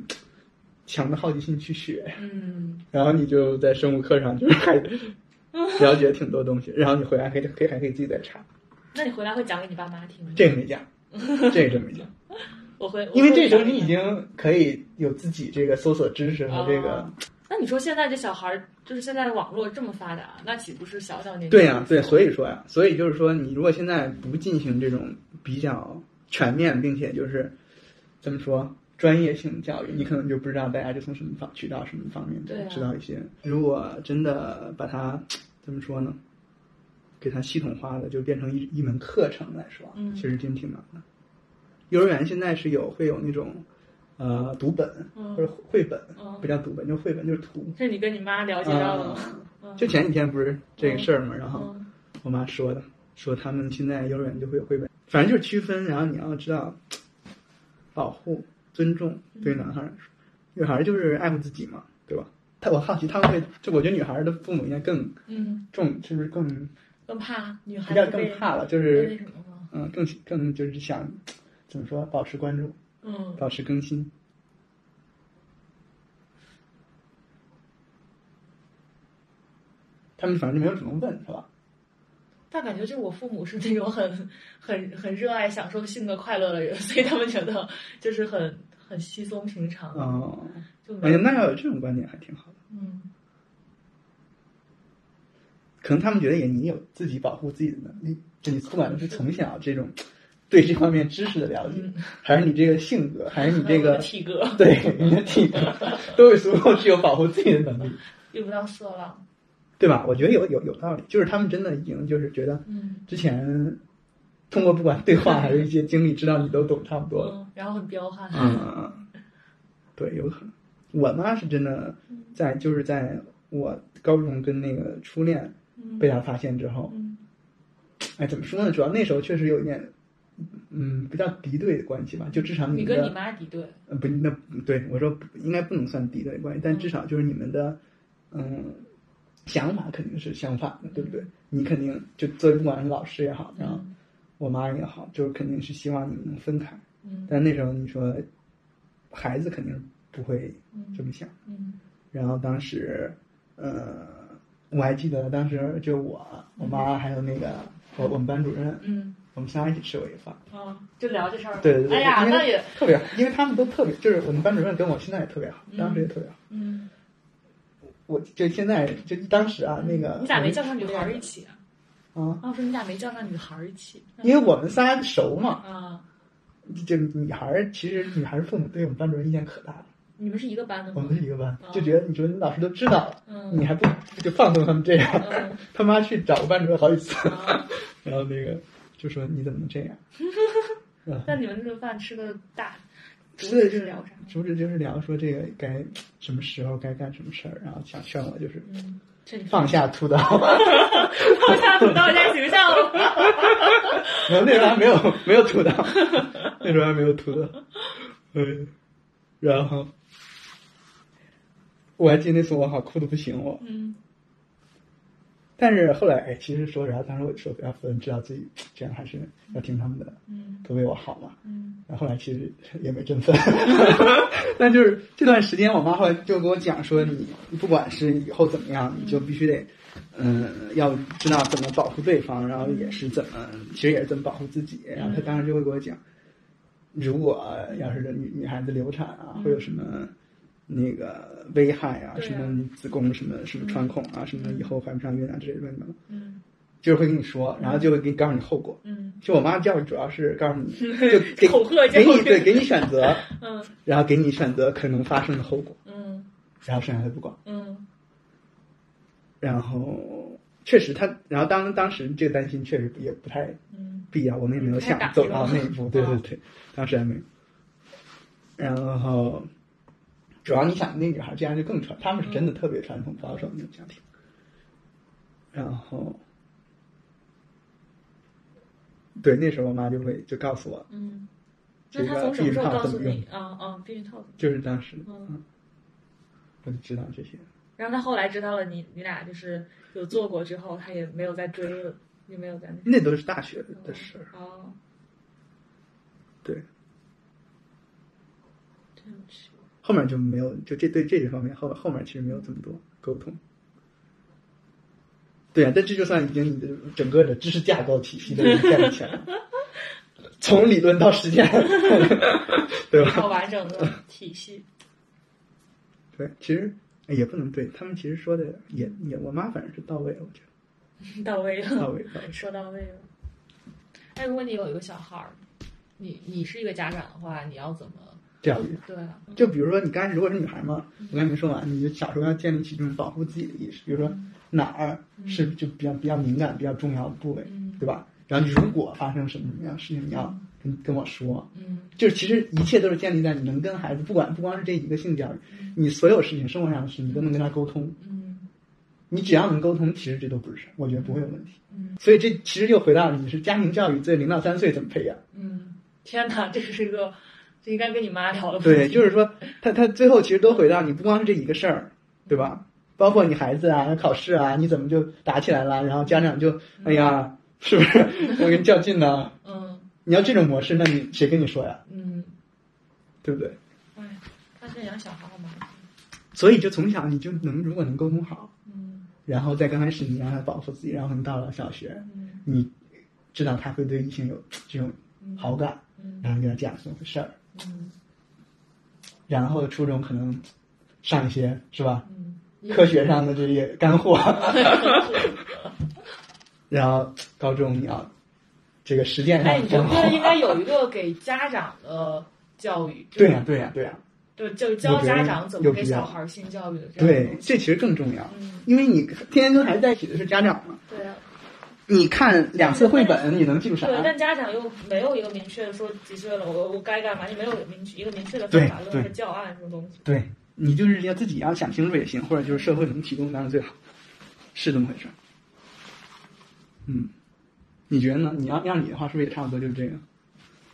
Speaker 3: 强的好奇心去学，
Speaker 2: 嗯，
Speaker 3: 然后你就在生物课上就是还 了解挺多东西，然后你回来可以可以还可以自己再查，
Speaker 2: 那你回来会讲给你爸妈听吗？
Speaker 3: 这个没讲，这个真没讲，
Speaker 2: 我会，我会
Speaker 3: 因为这时候你
Speaker 2: 讲
Speaker 3: 已，经可以有自己这个搜索知识和这个
Speaker 2: 哦那那你说现在这小孩儿，就是现在的网络这么发达，那岂不是小小年纪？
Speaker 3: 对呀、对，所以说呀、所以就是说，你如果现在不进行这种比较全面，并且就是怎么说专业性教育，你可能就不知道大家就从什么方渠道、什么方面
Speaker 2: 对啊
Speaker 3: 知道一些。如果真的把它怎么说呢，给它系统化的，就变成一一门课程来说，
Speaker 2: 嗯
Speaker 3: 其实真挺难的。幼儿园现在是有会有那种呃读本、
Speaker 2: 嗯
Speaker 3: 或者绘本，
Speaker 2: 嗯
Speaker 3: 不叫读本，就绘本就是图。啊
Speaker 2: 这你跟你妈了解到了吗？嗯
Speaker 3: 就前几天不是这个事儿嘛，然后。
Speaker 2: 嗯
Speaker 3: 我妈说的，说他们现在幼儿园就会有绘本，反正就是区分，然后你要知道保护、尊重
Speaker 2: 嗯
Speaker 3: 对于男孩儿来说，女孩儿就是爱护自己嘛，对吧？他我好奇他们会，就我觉得女孩儿的父母应该更
Speaker 2: 嗯，
Speaker 3: 重，是不是更
Speaker 2: 更怕女孩
Speaker 3: 比较
Speaker 2: 子
Speaker 3: 更
Speaker 2: 被
Speaker 3: 怕了？就
Speaker 2: 被那
Speaker 3: 是
Speaker 2: 什么吗？
Speaker 3: 嗯，更更就是想怎么说，保持关注，
Speaker 2: 嗯，
Speaker 3: 保持更新。他们反正就没有什么问，是吧？
Speaker 2: 但感觉就是我父母是那种很很很热爱享受性的快乐的人，所以他们觉得就是很很稀松平常，
Speaker 3: 哦，
Speaker 2: 就没
Speaker 3: 哎
Speaker 2: 有
Speaker 3: 呀，那要有这种观点还挺好的。
Speaker 2: 嗯
Speaker 3: 可能他们觉得也你有自己保护自己的能力，就你不管是从小这种对这方面知识的了解，
Speaker 2: 嗯，
Speaker 3: 还呃是你这个性格，还是你
Speaker 2: 还有
Speaker 3: 这
Speaker 2: 我的
Speaker 3: 个
Speaker 2: 体格
Speaker 3: 对你的体格， 都是足够具有保护自己的能力，
Speaker 2: 遇不到色狼，
Speaker 3: 对吧？我觉得有有有道理，就是他们真的已经就是觉得
Speaker 2: 嗯
Speaker 3: 之前通过不管对话还是一些经历，知道你都懂差不多了。
Speaker 2: 嗯，然后很彪悍，
Speaker 3: 嗯，对，有可能。我妈是真的在就是在我高中跟那个初恋
Speaker 2: 嗯
Speaker 3: 被她发现之后，
Speaker 2: 嗯
Speaker 3: 哎，怎么说呢？主要那时候确实有一点，嗯，不叫敌对的关系吧，就至少
Speaker 2: 你
Speaker 3: 们
Speaker 2: 跟你
Speaker 3: 的，
Speaker 2: 妈敌对，
Speaker 3: 呃，不，那对我说不应该不能算敌对关系，但至少就是你们的，嗯，想法肯定是相反的，对不对？你肯定就作为不管是老师也好，然后
Speaker 2: 嗯
Speaker 3: 我妈也好，就是肯定是希望你们能分开。
Speaker 2: 嗯
Speaker 3: 但那时候你说，孩子肯定不会这么想。
Speaker 2: 嗯
Speaker 3: 然后当时，呃，我还记得当时就我、我妈还有那个我我们班主任，
Speaker 2: 嗯
Speaker 3: 我们仨一起吃过一个饭。
Speaker 2: 啊，就聊这事儿，
Speaker 3: 对对对，
Speaker 2: 哎呀，
Speaker 3: 因为
Speaker 2: 那也
Speaker 3: 特别好，因为他们都特别，就是我们班主任跟我现在也特别好，
Speaker 2: 嗯
Speaker 3: 当时也特别好。
Speaker 2: 嗯，
Speaker 3: 我就现在就当时啊，那个
Speaker 2: 你咋没叫上女孩儿一
Speaker 3: 起
Speaker 2: 起啊？
Speaker 3: 啊？
Speaker 2: 啊，我说你咋没叫上女孩儿一起？
Speaker 3: 因为我们仨熟嘛，
Speaker 2: 啊，
Speaker 3: 就女孩儿其实女孩儿父母对我们班主任意见可大了，
Speaker 2: 你们是一个班的
Speaker 3: 我
Speaker 2: 吗
Speaker 3: 们？是一个班
Speaker 2: 哦，
Speaker 3: 就觉得你说你老师都知道了，
Speaker 2: 嗯，
Speaker 3: 你还不就放纵他们这样？
Speaker 2: 嗯
Speaker 3: 他妈去找我班主任好几次，
Speaker 2: 啊，
Speaker 3: 然后那个就说你怎么能这 样？嗯
Speaker 2: 那你们这顿饭吃的大，主
Speaker 3: 吃的
Speaker 2: 旨
Speaker 3: 就是
Speaker 2: 是聊啥？
Speaker 3: 主旨就是聊说这个该什么时候该干什么事儿，然后想劝我就是
Speaker 2: 嗯，这你
Speaker 3: 放下屠刀。
Speaker 2: 放下土豆加形象了。
Speaker 3: 然后那时候还没有没有屠刀，那时候还没有屠刀。嗯，然后我还记得那次我好哭的不行我，
Speaker 2: 嗯
Speaker 3: 但是后来哎，其实说实话，当时我说不要分，知道自己这样还是要听他们的，
Speaker 2: 嗯
Speaker 3: 都为我好嘛。
Speaker 2: 嗯
Speaker 3: 然后后来其实也没真分， 但就是这段时间，我妈后来就跟我讲说，你不管是以后怎么样，你就必须得，嗯，要知道怎么保护对方，然后也是怎么，其实也是怎么保护自己。然后她当时就会给我讲，如果要是女女孩子流产啊，会有什么那个危害啊，
Speaker 2: 对啊
Speaker 3: 什么你子宫什么什么穿孔啊，什么以后怀不上孕啊之类的乱七八糟，
Speaker 2: 嗯
Speaker 3: 就是会跟你说，然后就会给你告诉你后果。
Speaker 2: 嗯
Speaker 3: 就我妈教育主要是告诉 你，就给
Speaker 2: 恐吓
Speaker 3: 给
Speaker 2: 教
Speaker 3: 你
Speaker 2: 育
Speaker 3: 对给你选择，
Speaker 2: 嗯
Speaker 3: 然后给你选择可能发生的后果，
Speaker 2: 嗯
Speaker 3: 然后剩下的不管。
Speaker 2: 嗯
Speaker 3: 然后确实他，然后当当时这个担心确实也不太
Speaker 2: 嗯
Speaker 3: 必要，我们也没有想
Speaker 2: 不太敢
Speaker 3: 走到那一步。
Speaker 2: 嗯
Speaker 3: 对对对，当时还没有。然后主要你想，那女孩这样就更传，他们是真的
Speaker 2: 嗯
Speaker 3: 特别传统保守那种家庭。然后，对，那时候我妈就会就告诉我，
Speaker 2: 嗯。
Speaker 3: 这
Speaker 2: 那
Speaker 3: 个
Speaker 2: 他从什么时候
Speaker 3: 避孕套
Speaker 2: 告
Speaker 3: 怎
Speaker 2: 诉
Speaker 3: 么
Speaker 2: 你
Speaker 3: 用
Speaker 2: 啊啊避孕套？
Speaker 3: 就是当时，
Speaker 2: 嗯
Speaker 3: 嗯，我就知道这些。
Speaker 2: 然后他后来知道了你你俩就是有做过之后，他也没有再追了，也没有再那
Speaker 3: 那都是大学的事儿，
Speaker 2: 哦，
Speaker 3: 对，
Speaker 2: 真有趣。
Speaker 3: 后面就没有，就这对这些方面，后后面其实没有这么多沟通。对啊，但这就算已经你的整个的知识架构体系都已经建立起来了， 从理论到实践， 对
Speaker 2: 一套
Speaker 3: 吧？
Speaker 2: 完整的体系。
Speaker 3: 对，其实哎也不能对他们其实说的也也，我妈反正是到位了，我觉
Speaker 2: 到位
Speaker 3: 得到
Speaker 2: 了，
Speaker 3: 位到位。
Speaker 2: 说到位了。那如果你有一个小孩儿，你你是一个家长的话，你要怎么？
Speaker 3: 教育
Speaker 2: 对啊，
Speaker 3: 就比如说你刚开始如果是女孩嘛，我刚才没说完，你就小时候要建立起这种保护自己的意识，比如说哪儿是就比较比较敏感、比较重要的部位，
Speaker 2: 嗯
Speaker 3: 对吧？然后如果发生什么什么样的事情，你要跟跟我说，
Speaker 2: 嗯
Speaker 3: 就是其实一切都是建立在你能跟孩子，不管不光是这一个性教育，你所有事情生活上的事，你都能跟他沟通。
Speaker 2: 嗯
Speaker 3: 你只要能沟通，其实这都不是事儿，我觉得不会有问题。
Speaker 2: 嗯
Speaker 3: 所以这其实又回到你是家庭教育，这零到三岁怎么培养？
Speaker 2: 嗯，天哪，这是一个，这应该跟你妈聊 的。
Speaker 3: 对，就是说他他最后其实都回到你不光是这一个事儿，对吧？包括你孩子啊，考试啊，你怎么就打起来了？然后家长就哎呀，是不是 我给你较劲呢？
Speaker 2: 嗯
Speaker 3: 你要这种模式，那你谁跟你说呀？
Speaker 2: 嗯，
Speaker 3: 对不对？
Speaker 2: 哎，但是养小孩好麻烦。
Speaker 3: 所以就从小你就能如果能沟通好，
Speaker 2: 嗯
Speaker 3: 然后在刚开始你让他保护自己，然后可能到了小学，
Speaker 2: 嗯
Speaker 3: 你知道他会对异性有这种好感，
Speaker 2: 嗯
Speaker 3: 然后你给他讲怎么回事儿，
Speaker 2: 嗯
Speaker 3: 然后初中可能上一些是吧，
Speaker 2: 嗯，
Speaker 3: 科学上的这些干货， 然后高中你要这个实践上
Speaker 2: 哎，
Speaker 3: 的
Speaker 2: 你觉
Speaker 3: 干
Speaker 2: 得应
Speaker 3: 货。
Speaker 2: 该有一个给家长的教育？
Speaker 3: 对啊呀、对呀、对呀、
Speaker 2: 对，就是教家长怎么给小孩儿性教育的这样的
Speaker 3: 对
Speaker 2: 东，西。
Speaker 3: 这其实更重要，
Speaker 2: 嗯，
Speaker 3: 因为你天天跟孩子在一起的是家长嘛。
Speaker 2: 对啊，
Speaker 3: 你看两次绘本，你能记住啥？
Speaker 2: 对，但家长又没有一个明确的说几岁了，我我该干嘛，就没有明确一个明确的方法
Speaker 3: 对
Speaker 2: 论
Speaker 3: 对
Speaker 2: 和教案这种东西。
Speaker 3: 对你就是要自己要想清楚也行，或者就是社会能提供当然最好，是这么回事儿。嗯，你觉得呢？你要要你的话，是不是也差不多就是这个？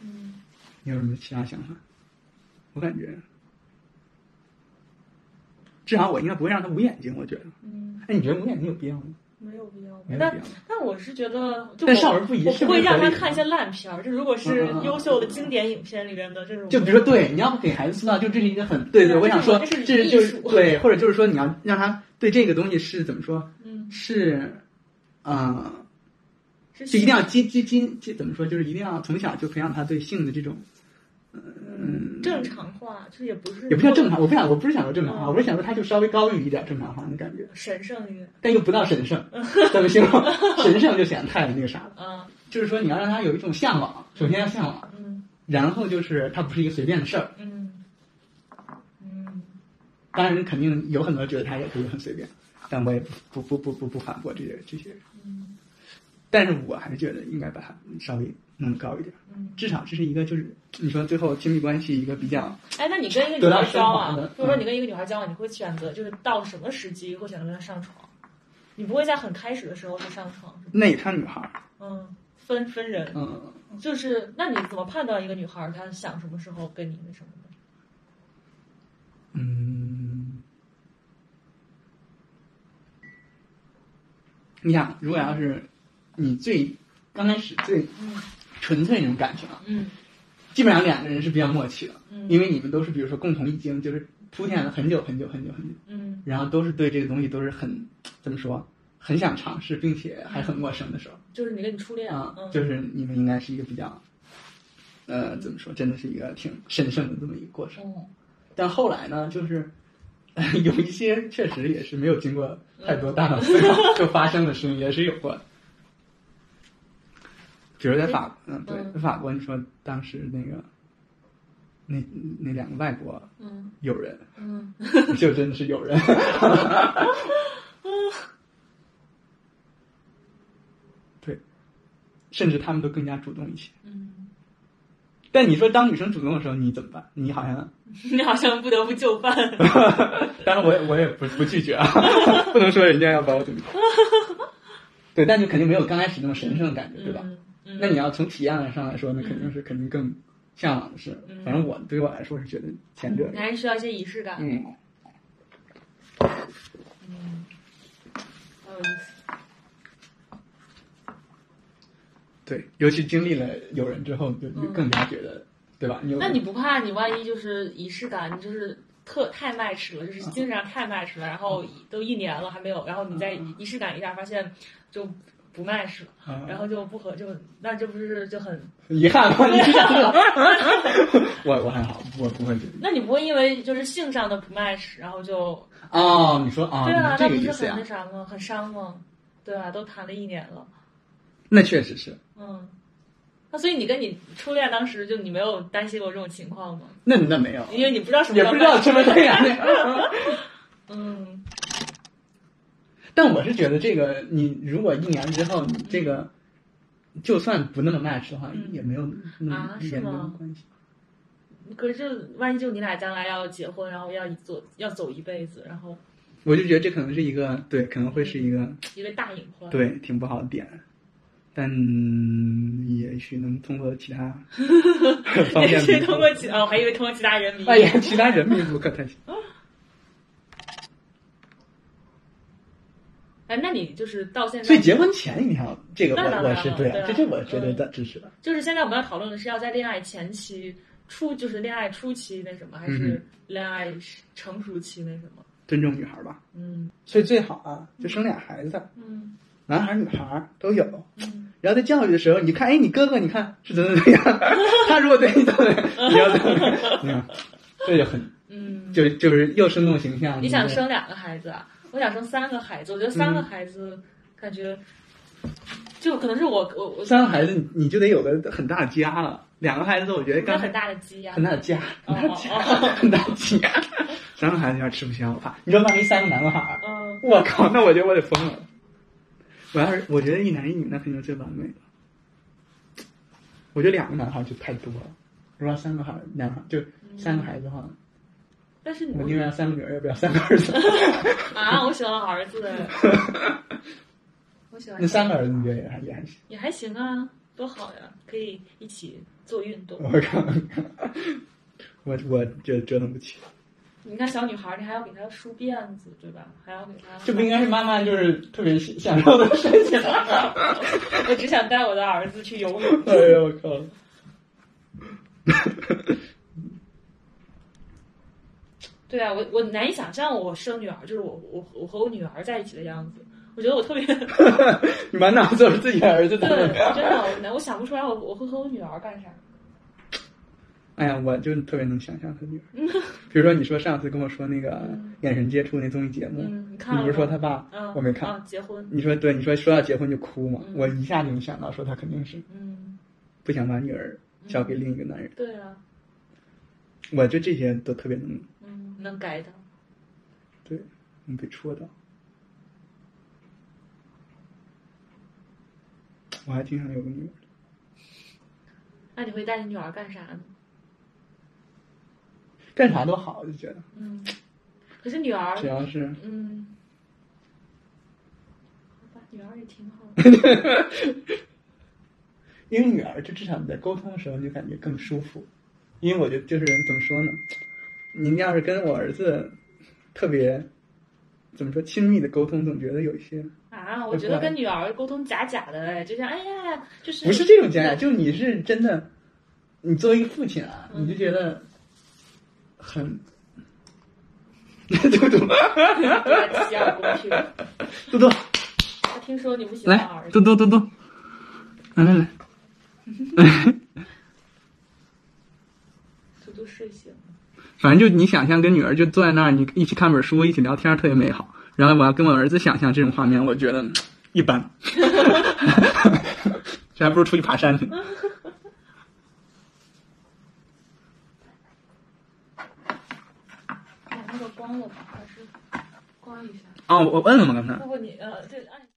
Speaker 2: 嗯，
Speaker 3: 你有什么其他想法？我感觉，至少我应该不会让他捂眼睛。我觉得，
Speaker 2: 嗯，
Speaker 3: 哎，你觉得捂眼睛有必要吗？
Speaker 2: 没有必要。
Speaker 3: 没有必
Speaker 2: 但
Speaker 3: 要。
Speaker 2: 但我是觉得，就
Speaker 3: 但
Speaker 2: 我
Speaker 3: 少儿不宜
Speaker 2: 我
Speaker 3: 是
Speaker 2: 不
Speaker 3: 不是
Speaker 2: 会让
Speaker 3: 合
Speaker 2: 他
Speaker 3: 理的
Speaker 2: 看一些烂片儿。就如果是
Speaker 3: 嗯嗯嗯
Speaker 2: 优秀的经典影片里边的这种，
Speaker 3: 就比如说，对，你要给孩子塑造，就这是一个很对对，
Speaker 2: 对
Speaker 3: 我想说，
Speaker 2: 这是
Speaker 3: 这是就
Speaker 2: 艺
Speaker 3: 是
Speaker 2: 术
Speaker 3: 对，或者就是说，你要让他对这个东西是怎么说？
Speaker 2: 嗯，
Speaker 3: 是，啊。
Speaker 2: 是
Speaker 3: 就一定要基基基基怎么说？就是一定要从小就培养他对性的这种，嗯，
Speaker 2: 正常化，就是也不是
Speaker 3: 也不叫正常。我不想，我不是想说正常化，啊
Speaker 2: 嗯
Speaker 3: 我是想说他就稍微高于一点正常化的感觉，
Speaker 2: 神圣一点。
Speaker 3: 但又不到神圣，怎么形容？神圣就显得太那个啥了。
Speaker 2: 啊，
Speaker 3: 就是说，你要让他有一种向往，首先要向往，
Speaker 2: 嗯
Speaker 3: 然后就是它不是一个随便的事儿。
Speaker 2: 嗯嗯
Speaker 3: 当然，肯定有很多觉得他也可以很随便，但我也不不不不不不反驳这些这些人。
Speaker 2: 嗯
Speaker 3: 但是我还是觉得应该把它稍微弄高一点，
Speaker 2: 嗯。
Speaker 3: 至少这是一个就是你说最后亲密关系一个比较。
Speaker 2: 哎，那你跟一个
Speaker 3: 得
Speaker 2: 女
Speaker 3: 到
Speaker 2: 孩
Speaker 3: 升
Speaker 2: 交
Speaker 3: 华
Speaker 2: 往，
Speaker 3: 的
Speaker 2: 或者说你跟一个女孩交往，你会选择就是到什么时机会选择跟她上床？你不会在很开始的时候就上床，是吧
Speaker 3: 那也看女孩儿，
Speaker 2: 嗯，分分人，
Speaker 3: 嗯，
Speaker 2: 就是那你怎么判断一个女孩她想什么时候跟你那什么呢？
Speaker 3: 嗯，你想，如果要是你最刚开始最
Speaker 2: 嗯
Speaker 3: 纯粹那种感情，啊，
Speaker 2: 嗯
Speaker 3: 基本上两个人是比较默契的，
Speaker 2: 嗯
Speaker 3: 因为你们都是比如说共同已经就是铺垫了很久很久很久很久，
Speaker 2: 嗯
Speaker 3: 然后都是对这个东西都是很怎么说，很想尝试，并且还很陌生的时候
Speaker 2: 就是你跟你初恋，
Speaker 3: 啊，
Speaker 2: 嗯，
Speaker 3: 就是你们应该是一个比较，呃，怎么说，真的是一个挺神圣的这么一个过程。
Speaker 2: 嗯
Speaker 3: 但后来呢，就是 有一些确实也是没有经过太多大脑思考就发生的事情，也是有过的。比如在法，嗯，对，
Speaker 2: 嗯
Speaker 3: 在法国，你说当时那个那那两个外国
Speaker 2: 嗯
Speaker 3: 友人，
Speaker 2: 嗯
Speaker 3: 就真的是友人。 对，甚至他们都更加主动一些。
Speaker 2: 嗯，
Speaker 3: 但你说当女生主动的时候，你怎么办？你好像
Speaker 2: 你好像不得不就范，
Speaker 3: 当然我也我也不不拒绝啊， 不能说人家要把我怎 么样。对，但就肯定没有刚开始那么神圣的感觉， 对吧？
Speaker 2: 嗯？嗯
Speaker 3: 那你要从体验上来说，那肯定是肯定更向往的是。
Speaker 2: 嗯
Speaker 3: 反正我对我来说是觉得前者
Speaker 2: 你。还是需要一些仪式感，
Speaker 3: 嗯，
Speaker 2: 嗯，好有意思。
Speaker 3: 对，尤其经历了有人之后，就就
Speaker 2: 嗯
Speaker 3: 更加觉得，对吧？你有
Speaker 2: 那你不怕你万一就是仪式感，你就是特太 match 了，就是
Speaker 3: 嗯
Speaker 2: 精神上太 match 了，然后都一年了还没有，然后你再仪式感一下，发现就不卖是吧？
Speaker 3: 啊
Speaker 2: 然后就不合就，那这不是就很？
Speaker 3: 遗憾吗？你 我我还好，我不会觉得。
Speaker 2: 那你不会因为就是性上的不卖是，然后就
Speaker 3: 哦，你说啊，
Speaker 2: 对啊，
Speaker 3: 你
Speaker 2: 那
Speaker 3: 这
Speaker 2: 不
Speaker 3: 个
Speaker 2: 是
Speaker 3: 意思呀
Speaker 2: 很那？啥吗？很伤吗？对啊，都谈了一年了，
Speaker 3: 那确实是。
Speaker 2: 嗯，那所以你跟你初恋当时就你没有担心过这种情况吗？
Speaker 3: 那那 没有，
Speaker 2: 因为你不知道什么
Speaker 3: 也
Speaker 2: 叫
Speaker 3: 不知道
Speaker 2: 慢
Speaker 3: 什么对呀。
Speaker 2: 嗯
Speaker 3: 但我是觉得这个，你如果一年之后，你这个就算不那么 match 的话，
Speaker 2: 嗯
Speaker 3: 也没有那么
Speaker 2: 啊
Speaker 3: 一
Speaker 2: 是
Speaker 3: 点没有
Speaker 2: 吗
Speaker 3: 关系。
Speaker 2: 可是就万一就你俩将来要结婚，然后要一走要走一辈子，然后
Speaker 3: 我就觉得这可能是一个对，可能会是一个
Speaker 2: 一个大隐患。
Speaker 3: 对挺不好的点，但也许能通过 其他方
Speaker 2: 也
Speaker 3: 面弥
Speaker 2: 是
Speaker 3: 补。
Speaker 2: 通过其哦，我还以为通过其他 人弥补
Speaker 3: 哎。呀，其他人弥补可太行。
Speaker 2: 哎，那你就是到现在，
Speaker 3: 所以结婚前你要这个我，
Speaker 2: 那当
Speaker 3: 我
Speaker 2: 然了
Speaker 3: 是对
Speaker 2: 对
Speaker 3: 啊，
Speaker 2: 啊
Speaker 3: 这这我绝对的支持的。
Speaker 2: 就是现在我们要讨论的是要在恋爱前期初，就是恋爱初期那什么，还是恋爱成熟期那什么？
Speaker 3: 尊重女孩吧，
Speaker 2: 嗯
Speaker 3: 所以最好啊，就生俩孩子，
Speaker 2: 嗯
Speaker 3: 男孩儿女孩儿都有。
Speaker 2: 嗯，
Speaker 3: 然后在教育的时候，你看，哎，你哥哥，你看是怎么怎么样？ 他如果对你怎么样，你要怎么样？嗯这就很
Speaker 2: 嗯，
Speaker 3: 就就是又生动形象。
Speaker 2: 你想
Speaker 3: 对
Speaker 2: 生两个孩子啊？我想生三个孩子，我觉得三个
Speaker 3: 嗯
Speaker 2: 孩子感觉就可能是我我我
Speaker 3: 三个孩子，你你就得有个很大的家了。两个孩子，我觉得
Speaker 2: 那
Speaker 3: 刚
Speaker 2: 很
Speaker 3: 才
Speaker 2: 大的鸡呀、
Speaker 3: 很大的家，
Speaker 2: 哦
Speaker 3: 很大的家，
Speaker 2: 哦哦
Speaker 3: 很大的家。三个孩子有点吃不消，我怕。你说万一三个男孩儿，
Speaker 2: 嗯。
Speaker 3: 我靠，那我觉得我得疯了。我要是我觉得一男一女那肯定是最完美的。我觉得两个男孩就太多了，如果要三个孩男孩就三个孩子的话，
Speaker 2: 但是你
Speaker 3: 我宁愿要三个女儿，也不要三个儿子。
Speaker 2: 啊，我喜欢儿子，我喜欢
Speaker 3: 那三个儿子你觉得也还也还行？
Speaker 2: 也还行啊，多好呀，可以一起做运动。
Speaker 3: 我靠，我我觉得折腾不起。
Speaker 2: 你看小女孩，你还要给她梳辫子，对吧？还要给她
Speaker 3: 这不应该是妈妈就是特别享受的事情吗？
Speaker 2: 我只想带我的儿子去游泳。
Speaker 3: 哎呦我靠！
Speaker 2: 对啊，我我难以想象我生女儿，就是我我我和我女儿在一起的样子。我觉得我特别 对，
Speaker 3: 你满脑子都是自己的儿子
Speaker 2: 真
Speaker 3: 的。
Speaker 2: 的，我难，我想不出来我我会和我女儿干啥。
Speaker 3: 哎呀，我就特别能想象他女儿。比如说，你说上次跟我说那个
Speaker 2: 嗯
Speaker 3: 眼神接触那综艺节目，
Speaker 2: 嗯，你看了
Speaker 3: 你不是说
Speaker 2: 吗
Speaker 3: 他爸？
Speaker 2: 嗯，
Speaker 3: 我没看。
Speaker 2: 啊，结婚，
Speaker 3: 你说对，你说说到结婚就哭嘛，
Speaker 2: 嗯
Speaker 3: 我一下就能想到，说他肯定是
Speaker 2: 嗯，
Speaker 3: 不想把女儿交给另一个男人。
Speaker 2: 对啊，
Speaker 3: 我就这些都特别能
Speaker 2: 嗯，能改的。
Speaker 3: 对能被戳到。我还挺想有个女儿的，
Speaker 2: 那你会带你女儿干啥呢？
Speaker 3: 干啥都好，就觉得
Speaker 2: 嗯，可是女儿，
Speaker 3: 只要是
Speaker 2: 嗯，好吧，女儿也挺好的。
Speaker 3: 因为女儿，就至少你在沟通的时候你就感觉更舒服。因为我觉得就是怎么说呢，您要是跟我儿子特别怎么说亲密的沟通，总觉得有一些
Speaker 2: 啊，我觉得跟女儿沟通假假的，哎，就像哎呀，就是
Speaker 3: 不是这种家长，就是你是真的，你作为一个父亲啊，
Speaker 2: 嗯
Speaker 3: 你就觉得很， 嘟嘟
Speaker 2: 给他洗耳恭听。
Speaker 3: 嘟嘟
Speaker 2: 他听说你不喜欢
Speaker 3: 来
Speaker 2: 儿，子
Speaker 3: 嘟，嘟嘟嘟，来来来，
Speaker 2: 嘟嘟睡醒了。
Speaker 3: 反正就你想象跟女儿就坐在那儿，你一起看本书，一起聊天，特别美好。然后我要跟我儿子想象这种画面，我觉得嗯一般， 这还不如出去爬山去。
Speaker 2: 把那个关了吧，还是关一下？哎
Speaker 3: 哦，我摁了吗？刚才哦
Speaker 2: 不不，你呃，对，按。